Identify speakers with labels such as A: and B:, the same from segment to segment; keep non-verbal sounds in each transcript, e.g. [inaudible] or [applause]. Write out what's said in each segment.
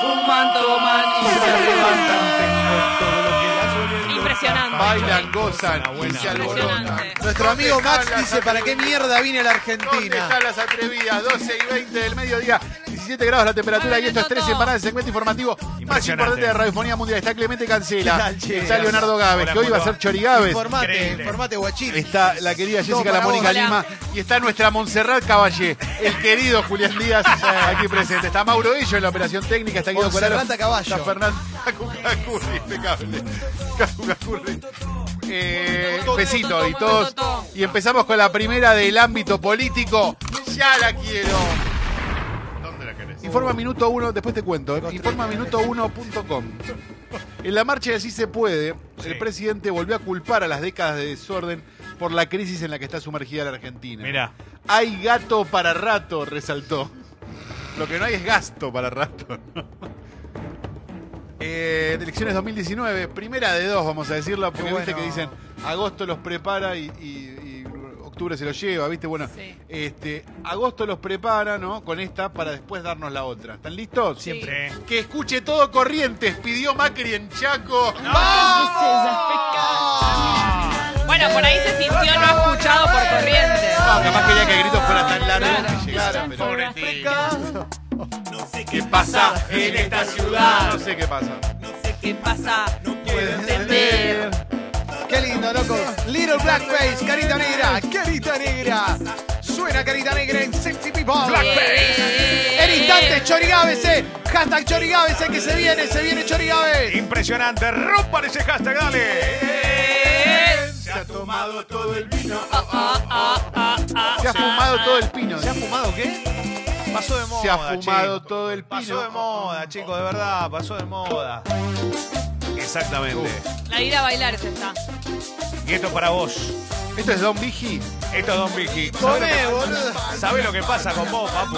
A: cantan, toman y se levantan.
B: Impresionante.
A: Bailan, gozan y se alborotan.
B: Impresionante.
C: Nuestro amigo
A: ¿Dónde
C: Max
A: están las
C: dice, ¿para qué
A: atrevidas?
C: mierda vine a la
A: ¿Dónde
C: Argentina?
A: están las atrevidas? 12 y 20 del mediodía, 17 grados la temperatura
B: Ay,
A: y esto es
B: Toto.
A: 13 semanas del segmento informativo más
D: Impresionante.
A: importante de Radiofonía Mundial. Está Clemente Cancela,
C: ¿Qué tal, che?
A: está Leonardo Gávez,
D: Hola,
A: que hoy va a
D: Julio.
A: ser Chori Gávez.
C: Informate,
D: Increíble.
C: informate, guachín.
A: Está la querida
C: Todo
A: Jessica
C: para
A: La Mónica
C: vos.
A: Lima y está nuestra Montserrat Caballé, el querido Julián [laughs] Díaz aquí presente. Está Mauro Ello en la operación técnica, está Guido
C: Montserrat
A: Colaro.
C: a caballo.
A: Está Fernanda Cucacurri, impecable. Cucacurri. Eh, besito y todos. Y empezamos con la primera del ámbito político. Ya la quiero.
D: ¿Dónde la querés?
A: Informa Minuto 1, después te cuento. eh. Informa Minuto1.com. En la marcha de Sí se puede,
D: Sí.
A: el presidente volvió a culpar a las décadas de desorden por la crisis en la que está sumergida la Argentina.
D: Mirá.
A: Hay gato para rato, resaltó. Lo que no hay es gasto para rato. Eh, de elecciones 2019, primera de dos, vamos a decirla, porque
C: Qué
A: viste que
C: bueno.
A: dicen agosto los prepara y, y- y octubre se los lleva, viste, bueno,
B: Sí.
A: este, agosto los prepara, ¿no? Con esta para después darnos la otra. ¿Están listos?
D: Siempre. eh.
A: Que escuche todo Corrientes, pidió Macri en Chaco.
B: Bueno, por ahí se sintió no escuchado por corriente.
A: No, capaz quería que el grito fuera tan largo
B: Claro.
A: que llegara, pero-
E: ¿Qué pasa en esta ciudad?
A: No sé qué pasa.
B: ¿Qué pasa? No puedo entender.
A: Está
C: Qué lindo, loco. Little Blackface, carita negra, carita negra. Suena carita negra en Sexy People. En instantes, Chorigávese. Hashtag Chorigávese que se viene, se viene Chorigávez.
D: Impresionante. Rompan ese hashtag, dale.
E: Se ha tomado todo el vino.
A: Se ha fumado todo el pino.
D: ¿Se ha fumado qué? Pasó de moda.
A: Se ha fumado
D: chico.
A: todo el
D: Pasó de
A: pino.
D: moda, chicos, de verdad, pasó de moda. Exactamente.
B: La ira a bailar se está.
D: Y esto para vos.
A: Esto es Don Vigi.
D: Esto es Don Vicky.
C: Come, boludo.
D: ¿Sabes lo que pasa con vos, papu?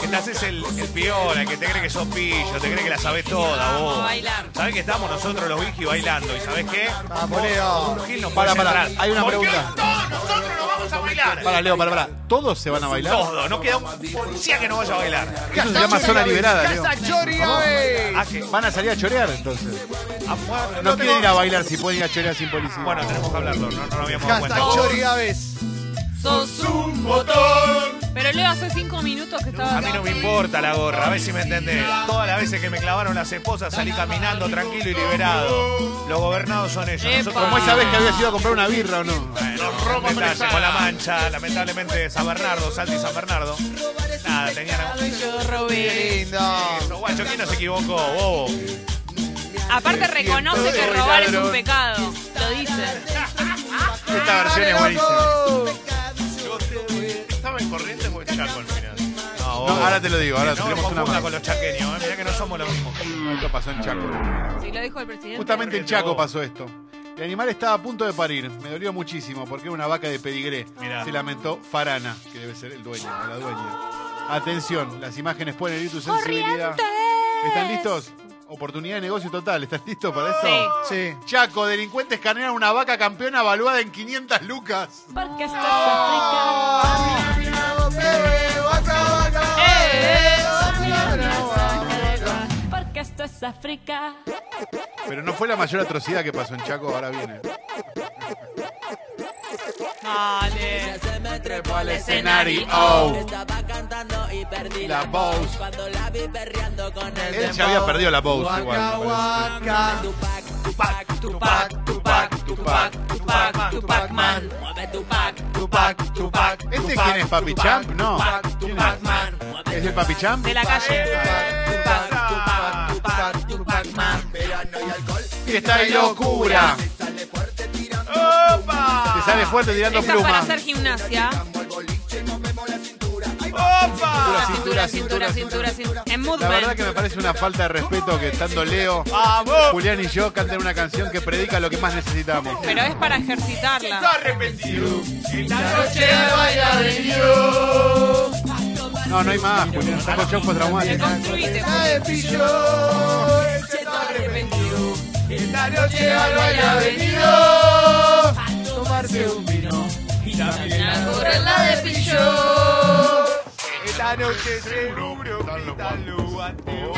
D: Que te haces el, el piola, que te cree que sos pillo, te cree que la sabés toda
B: Vamos
D: vos.
B: a bailar.
D: ¿Sabés que estamos nosotros los Vicky bailando? ¿Y sabés qué?
C: Vamos, Leo.
D: Gil nos
A: Para,
D: puede
A: para,
D: entrar.
A: hay una
D: ¿Por qué
A: pregunta.
D: todos nosotros nos vamos a bailar?
A: Para, Leo, para, para. ¿Todos se van a bailar?
D: Todo, no queda un policía que no vaya a bailar.
A: Eso se llama zona liberada, Leo.
C: Hashtag Chorigávez.
D: Ah, que-
A: Van a salir a chorear, entonces.
D: ah, bueno,
A: No
D: tengo-
A: quieren ir a bailar si pueden ir a chorear sin policía.
D: Bueno, tenemos que hablarlo, no, no lo habíamos dado
C: Hashtag
D: cuenta.
C: Chorigávez.
B: Sos un botón. Pero luego hace cinco minutos que estaba
D: A mí no me importa la gorra, a ver si me entendés. Todas las veces que me clavaron las esposas salí caminando tranquilo y liberado. Los gobernados son ellos.
B: Epa.
D: Nosotros
A: Como esa vez que habías ido a comprar una birra o no.
D: Los con la mancha, lamentablemente San Bernardo, Salta y San Bernardo. Nada, tenían algún-
B: Yo
C: Qué
B: robé.
C: lindo.
D: Eso, guacho, ¿quién no se equivocó? Bobo.
B: Aparte reconoce que robar es un pecado. Lo dice.
A: Esta versión es buenísima.
D: ¿Estaba en corriente o en Chaco al final? No,
A: No,
D: bobo.
A: ahora te lo digo, ahora
D: no me
A: tenemos una
D: confunda
A: más.
D: con los chaqueños, eh, mirá que no somos lo mismo.
A: Esto pasó en Chaco.
B: Si lo dijo el presidente.
A: Justamente en Chaco pasó esto. El animal estaba a punto de parir. Me dolió muchísimo porque era una vaca de pedigré.
D: Mirá.
A: Se lamentó Farana, que debe ser el dueño o la dueña. Atención, las imágenes pueden herir tu sensibilidad.
B: ¡Corrientes!
A: ¿Están listos? Oportunidad de negocio total. ¿Están listos para eso?
B: Sí.
C: Sí.
A: Chaco, delincuentes canean una vaca campeona valuada en 500 lucas.
B: Porque estás africano. Porque esto es África.
A: Pero no fue la mayor atrocidad que pasó en Chaco, ahora viene.
B: Dale.
F: Se me trepó al
A: escenario.
F: Estaba cantando y perdí
A: La
F: la,
A: voz.
F: voz. Cuando la vi perreando con el
A: Él ya
F: dembow.
A: había perdido la voz igual.
C: Waka,
A: me parece.
C: waka.
F: Tupac, Tupac,
B: Tupac, Tupac, Tupac, Tupac, Tupac Man.
F: Mueve Tupac,
D: Tupac, Tupac.
A: ¿Este quién es? ¿Papi Champ? No. ¿Quién es?
F: Man. Mueve
A: ¿Es el Papi Champ?
B: De la calle.
F: Tupac, Tupac, Tupac, Tupac Man.
A: Está en locura.
D: ¡Opa!
A: Te sale fuerte tirando
B: Esta es para
A: pluma.
B: hacer gimnasia.
D: ¡Opa!
B: Cintura, cintura, cintura, cintura. En
A: La verdad que
B: movement.
A: me parece una falta de respeto que estando Leo,
D: ¡Vamos!
A: Julián y yo canten una canción que predica lo que más necesitamos.
B: Pero es para ejercitarla.
D: arrepentido.
A: No, no hay más, Julián. Estamos show fue
B: Te
A: traumático.
B: construiste.
A: Esta
C: Esta noche seguro
A: Tan lo
C: pita
A: cual.
C: lúa, tío.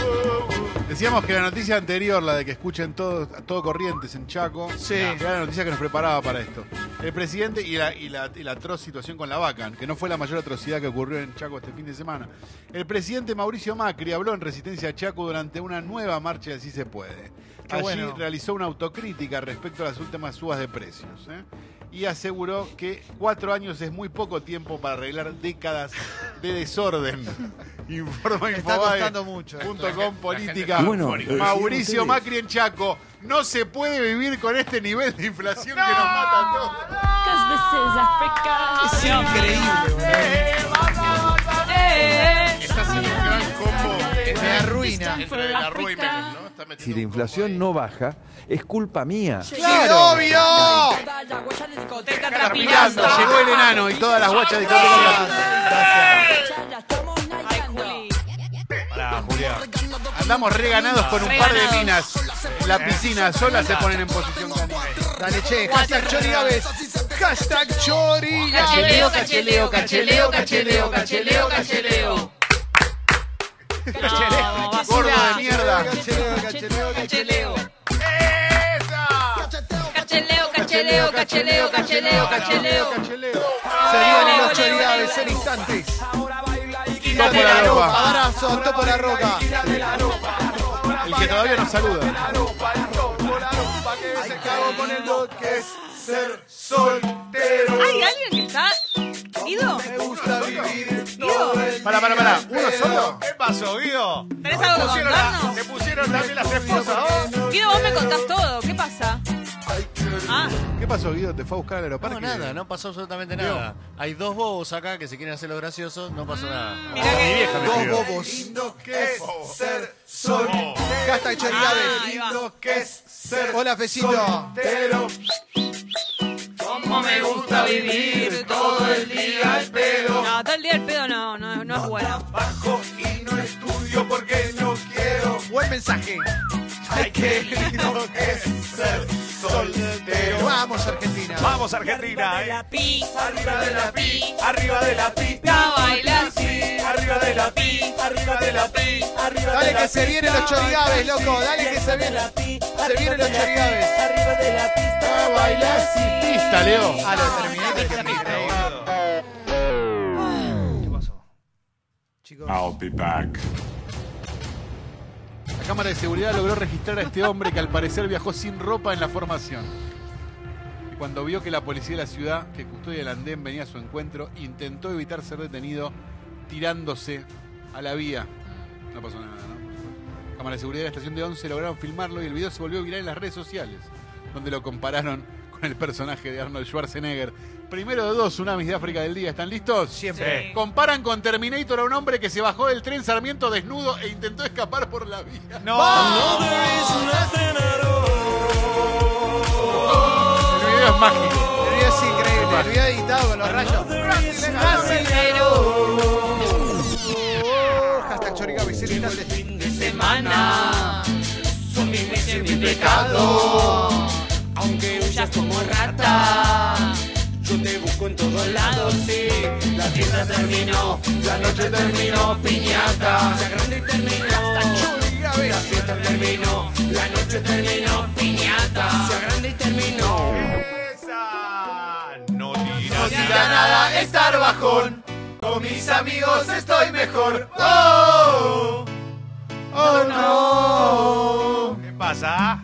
A: Decíamos que la noticia anterior, la de que escuchen todo, a todo Corrientes en Chaco,
C: Sí.
A: era la noticia que nos preparaba para esto. El presidente y la, y la- y la atroz situación con la vaca, que no fue la mayor atrocidad que ocurrió en Chaco este fin de semana. El presidente Mauricio Macri habló en Resistencia a Chaco durante una nueva marcha de Si se puede.
C: Qué
A: Allí
C: bueno.
A: realizó una autocrítica respecto a las últimas subas de precios. ¿eh? Y aseguró que cuatro años es muy poco tiempo para arreglar décadas de
C: [laughs]
A: desorden. Informa
C: Está
A: Infobae
C: costando mucho esto.
A: Junto con política.
G: Y bueno, eh,
A: Ah, Mauricio
G: ustedes-
A: Macri en Chaco. No se puede vivir con este nivel de inflación que nos mata a todos.
C: Es increíble, boludo.
A: Está haciendo un gran combo
C: Me arruina.
A: entre la Rúa y Menem, ¿no? Está metiendo
G: Si la
A: un
G: inflación no baja, es culpa mía.
C: ¡Claro! ¡Sí, obvio!
B: Discoteca
A: Mirando,
B: trapilando.
A: llegó el enano y todas las guachas de Capricornio.
B: Ay, Juli.
D: Pará, Julián.
A: Andamos reganados con un par de
B: Reganados.
A: minas. En La piscina sola se ponen en posición cómoda.
C: Dale, che. Hashtag Chori Gávez. Hashtag Chori Gávez.
B: Cacheleo, cacheleo, cacheleo, cacheleo, cacheleo, cacheleo. No,
A: Gordo de
B: basura.
A: mierda.
C: Cacheleo, cacheleo,
B: Cacheleo. Cacheleo, cacheleo, cacheleo, cacheleo, cacheleo.
A: Cacheleo.
C: Se vienen los
B: Ole,
C: Chori
B: ole,
C: Gávez
B: ole.
C: en instantes.
A: Topo la ropa.
C: Abrazo, topo la roca.
A: El que todavía nos saluda.
C: Se cagó con el
B: ¿Hay alguien que está ido? Ido.
A: Para, para, para. ¿Uno solo?
D: Eh, ¿Qué pasó, Guido?
B: ¿Tenés algo que
D: Pusieron la-
B: contarnos?
D: ¿Te pusieron también las esposas, ¿no?
B: Guido, vos me contás todo. ¿Qué pasa? Ah,
A: ¿Qué pasó, Guido? ¿Te fue a buscar al aeroparque?
H: No, nada, no pasó absolutamente nada. Hay dos bobos acá que se quieren hacer los graciosos, no pasó nada.
B: mirá que...
C: Dos bobos. Hashtag Chori
B: Ah,
C: Gávez.
B: ahí va.
C: Hola, Fecito.
B: ¿Cómo me gusta vivir todo el día el pedo? No, todo el día el pedo no, no, no es bueno.
C: Buen mensaje. Ay, qué lindo que es ser soltero. Vamos, Argentina.
D: Vamos, Argentina. eh.
B: Pi,
D: Arriba de la pi, arriba de la pi,
B: la baila así.
D: arriba de la pi, arriba de la pi, arriba
C: Dale que se vienen los chorigaves, loco. Dale que se vienen. Se vienen los chorigaves.
A: Bailar sin pista, Leo.
C: Ah, lo terminé. dije,
A: La cámara de seguridad logró registrar a este hombre que al parecer viajó sin ropa en la formación. Y cuando vio que la policía de la ciudad, que custodia el andén, venía a su encuentro, intentó evitar ser detenido tirándose a la vía. No pasó nada, ¿no? Cámara de seguridad de la estación de 11 lograron filmarlo y el video se volvió viral en las redes sociales, donde lo compararon con el personaje de Arnold Schwarzenegger. Primero de dos tsunamis de África del día. ¿Están listos?
D: Siempre.
B: Sí.
A: Comparan con Terminator a un hombre que se bajó del tren Sarmiento desnudo e intentó escapar por la vía.
D: No,
A: El video es mágico.
C: El video es increíble. El video editado con los rayos.
B: Pero
C: Hashtag chorigaves. en instantes.
B: semana son mis juicios y mis pecados. Aunque huyas como rata, yo te busco en todos lados. Sí, la fiesta terminó, la noche terminó, piñata. La grande terminó, la fiesta terminó, la noche terminó, piñata. La grande y terminó.
D: esa. No tira
E: Ya
D: nada.
E: nada estar bajón. Con mis amigos estoy mejor.
D: Oh. ¿Qué pasa?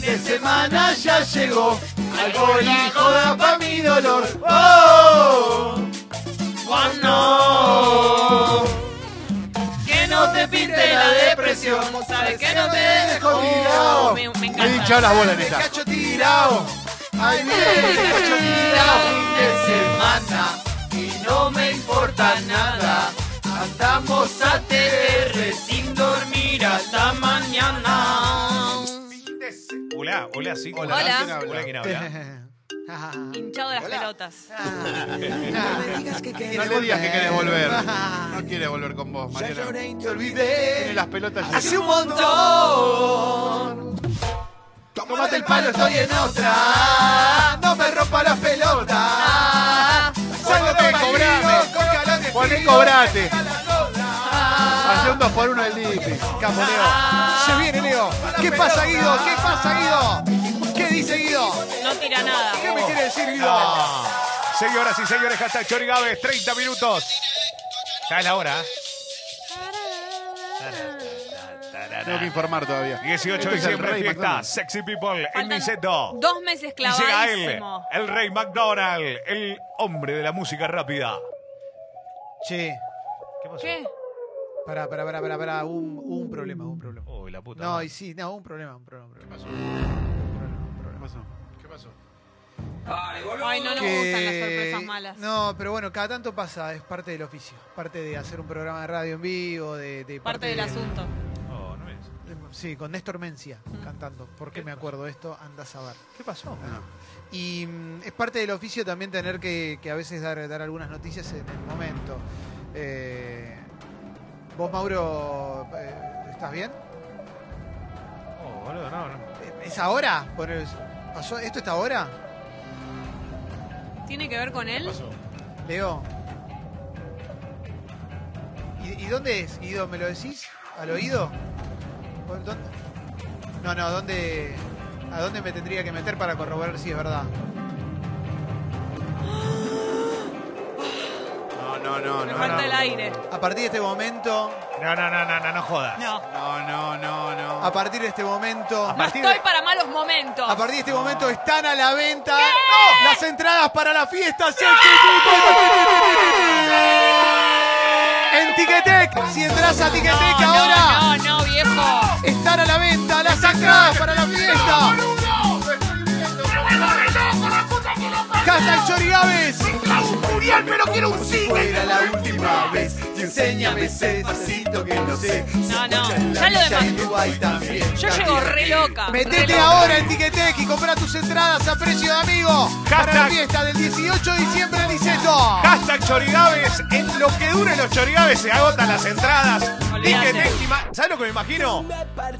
E: De semana ya llegó. Alcohol y joda pa' mi dolor.
B: Que no te pinte la depresión, sabes que no te dejo tirado. Me, me
A: Le he hinchado Oh, las bolas,
C: El
A: neta.
C: [laughs] cacho tirao. Ay, mira, el cacho tirao.
E: De semana y no me importa nada. Andamos a TR sin dormir hasta mañana.
D: Hola, hola, sí.
B: Hola.
D: ¿quién habla? Hola, ¿quién habla?
B: Hinchado de las pelotas.
A: No le digas que querés volver.
C: [laughs]
A: No quiere volver con vos, Mariana.
E: Te olvidé.
A: Tiene las pelotas llenas.
E: hace un montón. Tómate el palo, estoy en otra. No me rompa las pelotas. Solo te
C: Sácame, cobrame.
E: cobrame.
A: Poné cobrate. votos por uno del Dipi.
C: Capo, Leo. Se viene, Leo. ¿Qué pasa, Guido? ¿Qué pasa, Guido? ¿Qué dice Guido?
I: No tira nada.
C: ¿Qué me quiere decir, Guido?
E: Ah.
D: No. Señoras y señores, hashtag Chori Gávez, 30 minutos. Ya es la hora. ¿eh?
A: Tengo que informar todavía.
D: 18 de
A: Este es el
D: diciembre,
A: rey
D: fiesta,
A: McDonald's.
D: Sexy People, en
I: Faltan
D: Niceto.
I: Dos meses
D: Y llega él,
I: clavadísimo.
D: el rey McDonald, el hombre de la música rápida.
C: Che,
D: ¿Qué pasó?
I: ¿Qué?
C: pará, pará, pará, pará, pará. Un, un problema, un problema.
D: Uy, la puta.
C: No,
D: madre.
C: y sí, no, un problema, un problema. un problema.
A: ¿Qué pasó? ¿Qué pasó?
I: Ay, no, no me gustan las sorpresas malas.
C: No, pero bueno, cada tanto pasa, es parte del oficio. Parte de hacer un programa de radio en vivo, de... de
I: Parte del
C: de-
I: asunto.
D: Oh, no me digas.
C: Sí, con Néstor Mencia cantando. ¿Por qué me acuerdo de esto? Andás a ver.
D: Mm. ¿Qué pasó?
C: Y mm, es parte del oficio también tener que, que a veces dar, dar algunas noticias en el momento. Eh, vos, Mauro, eh, ¿estás bien? Eh,
D: Oh, boludo, no, no.
C: ¿Es ahora? Por el- ¿Pasó? ¿Esto está ahora?
I: ¿Tiene que ver con él?
C: Leo. ¿Y, y dónde es, Guido? ¿Me lo decís? ¿Al oído? ¿Por dónde? No, no, ¿dónde, ¿a dónde me tendría que meter para corroborar si es verdad?
A: No, no, no,
I: Me
A: no.
I: falta
A: no.
I: el aire.
C: A partir de este momento,
D: No, no, no, no, no, no jodas.
I: No.
A: No, no, no, no.
C: a partir de este momento...
D: A
I: No
D: partir
I: estoy
D: de-
I: para malos momentos.
C: A partir de este momento están a la venta ¡No! las entradas para la fiesta Sexy People. En Ticketek, si entras a Ticketek
I: no,
C: ahora,
I: no, no, viejo.
C: están a la venta las entradas para la fiesta. Hashtag Chorigaves.
E: Fuera la última vez y enséñame ese pasito que no sé.
I: No, no, ya lo demás.
E: demás.
I: Yo llego re loca. re
C: Metete
I: loca.
C: ahora en Ticketek y compra tus entradas a precio de amigo para la
D: Hashtag.
C: fiesta del 18 de diciembre en Niceto.
D: Hashtag Chorigaves, en lo que duren los Chorigaves se agotan las entradas.
I: Olvídate.
D: Ticket estima- ¿Sabes lo que me imagino?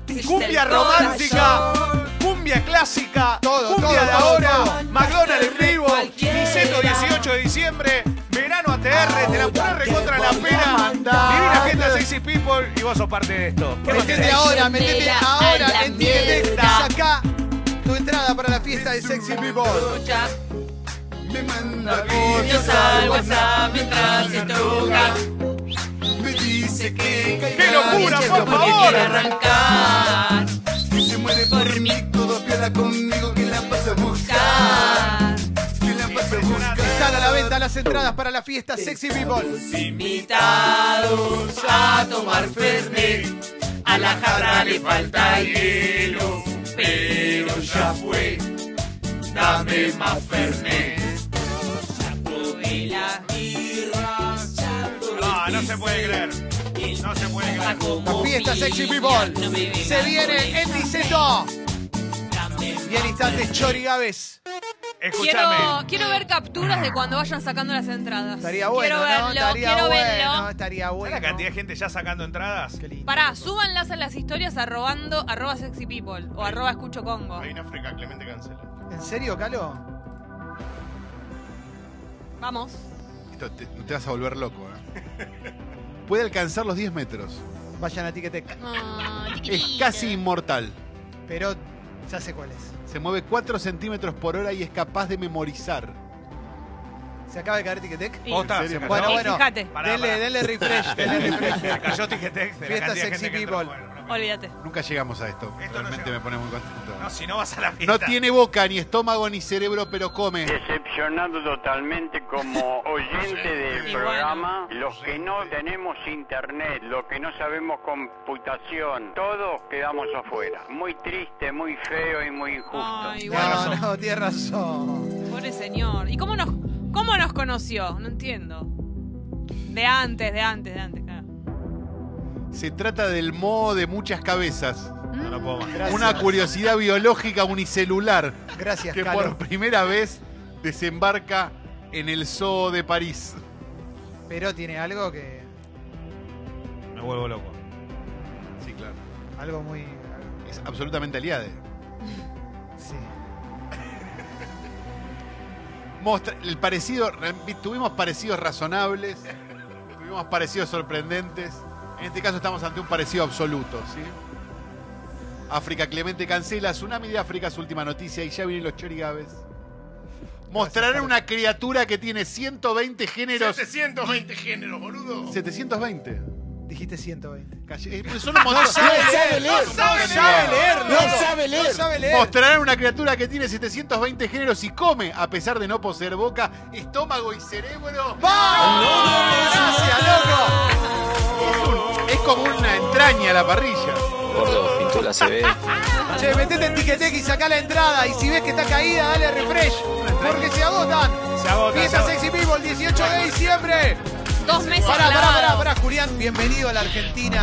I: Viste
D: Cumbia
I: el corazón.
D: romántica, cumbia clásica,
C: Todo,
D: cumbia
C: todo,
D: de
C: todo,
D: ahora,
C: todo.
D: McDonald's en vivo, Niceto 18 de diciembre, verano ATR, te la pones recontra la pena, divina gente Sexy People y vos sos parte de esto.
I: Pues
D: ¿Qué más
C: Metete
D: querés?
C: ahora, metete
I: Mira a
C: ahora
I: la
C: en Ticketek y
I: mierda.
C: sacá tu entrada para la fiesta de Sexy People.
I: Escucha,
E: Me manda
I: Audios
E: videos
I: al WhatsApp mientras se toca.
E: Me dice que caiga.
D: ¡Qué locura,
E: Que
D: por
E: se
D: favor!
I: quiere arrancar.
E: Que se muere por mí, todo piola conmigo. Que la pasa a buscar.
I: car.
E: Que la pasa a buscar.
C: Están a la venta las entradas para la fiesta Sexy People.
F: Invitados a tomar fernet, a la jarra le falta hielo, pero ya fue, dame más fernet.
I: Sacudí la-
D: Ah, no se puede creer. No se puede creer.
C: La fiesta Sexy People se viene en Niceto. Y en instantes, Chori Gávez.
D: Escúchame.
I: Quiero, quiero ver capturas de cuando vayan sacando las entradas.
C: Estaría bueno,
I: quiero verlo,
C: ¿no? Estaría
I: quiero
C: bueno,
I: verlo.
C: estaría
D: ¿Sabes
C: bueno.
D: la cantidad de gente ya sacando entradas?
C: Qué lindo.
I: Pará, súbanlas a las historias arrobando arroba sexy people o arroba escucho congo.
H: una freca, Clemente cancela.
C: ¿En serio, Calo?
I: Vamos.
A: Esto te, te vas a volver loco, ¿eh? Puede alcanzar los 10 metros.
C: Vayan a Ticketek.
I: [laughs]
A: Es casi inmortal.
C: Pero ya sé cuál es.
A: Se mueve 4 centímetros por hora y es capaz de memorizar.
C: ¿Se acaba de caer Ticketek?
I: Y-
D: ¿Vos estás?
A: ¿En serio?
D: ¿Se
C: Bueno,
D: cayó?
I: y
C: bueno.
I: fíjate,
D: Pará,
C: denle,
D: pará. [laughs]
C: denle refresh, denle refresh.
D: Se cayó Tijetex de la
C: Fiesta
D: cantidad de gente
C: Sexy
D: que entró.
C: People.
D: Bueno, bueno, bueno.
I: olvídate.
A: Nunca llegamos a esto.
D: Esto no
A: Realmente
D: llega.
A: me pone muy contento.
D: No, si no vas a la fiesta.
A: No tiene boca, ni estómago, ni cerebro, pero come.
J: Decepcionado totalmente como oyente del
I: Y
J: programa, los que no tenemos internet, los que no sabemos computación, todos quedamos afuera. Muy triste, muy feo y muy injusto.
I: Ay, bueno,
C: No, no, tienes razón.
I: pobre señor. ¿Y cómo nos, cómo nos conoció? No entiendo. De antes, de antes, de antes, claro.
A: Se trata del moho de muchas cabezas.
D: No, no puedo más.
C: Gracias.
A: Una curiosidad biológica unicelular
C: Gracias,
A: que
C: Calo.
A: por primera vez desembarca en el zoo de París.
C: Pero tiene algo que.
D: Me vuelvo loco.
A: Sí, claro.
C: Algo muy.
A: Es absolutamente aliade.
C: Sí.
A: Mostra- el
D: [laughs]
A: parecido, re- tuvimos parecidos razonables, tuvimos parecidos sorprendentes. En este caso estamos ante un parecido absoluto, ¿sí? África Clemente cancela Tsunami de África, su última noticia, y ya vienen los chorigabes. Mostrarán una criatura que tiene 120 géneros.
D: 720 géneros, boludo.
A: 720.
C: Dijiste 120.
A: Eh,
D: [laughs]
A: pues son un montón. Mostrarán una criatura que tiene 720 géneros y come, a pesar de no poseer boca, estómago y cerebro. ¡Vamos! ¡Gracias, loco! Es como una entraña a la parrilla.
K: Gordo, pintura se ve.
C: Che, metete en Tiquetec y sacá la entrada. Y si ves que está caída, dale refresh. Porque se agotan.
D: Se agotan,
C: Fiesta
D: se agotan.
C: Sexy People, 18 de diciembre.
I: Dos meses
C: Pará, pará,
I: clavados.
C: pará, pará, Julián. Bienvenido a la Argentina.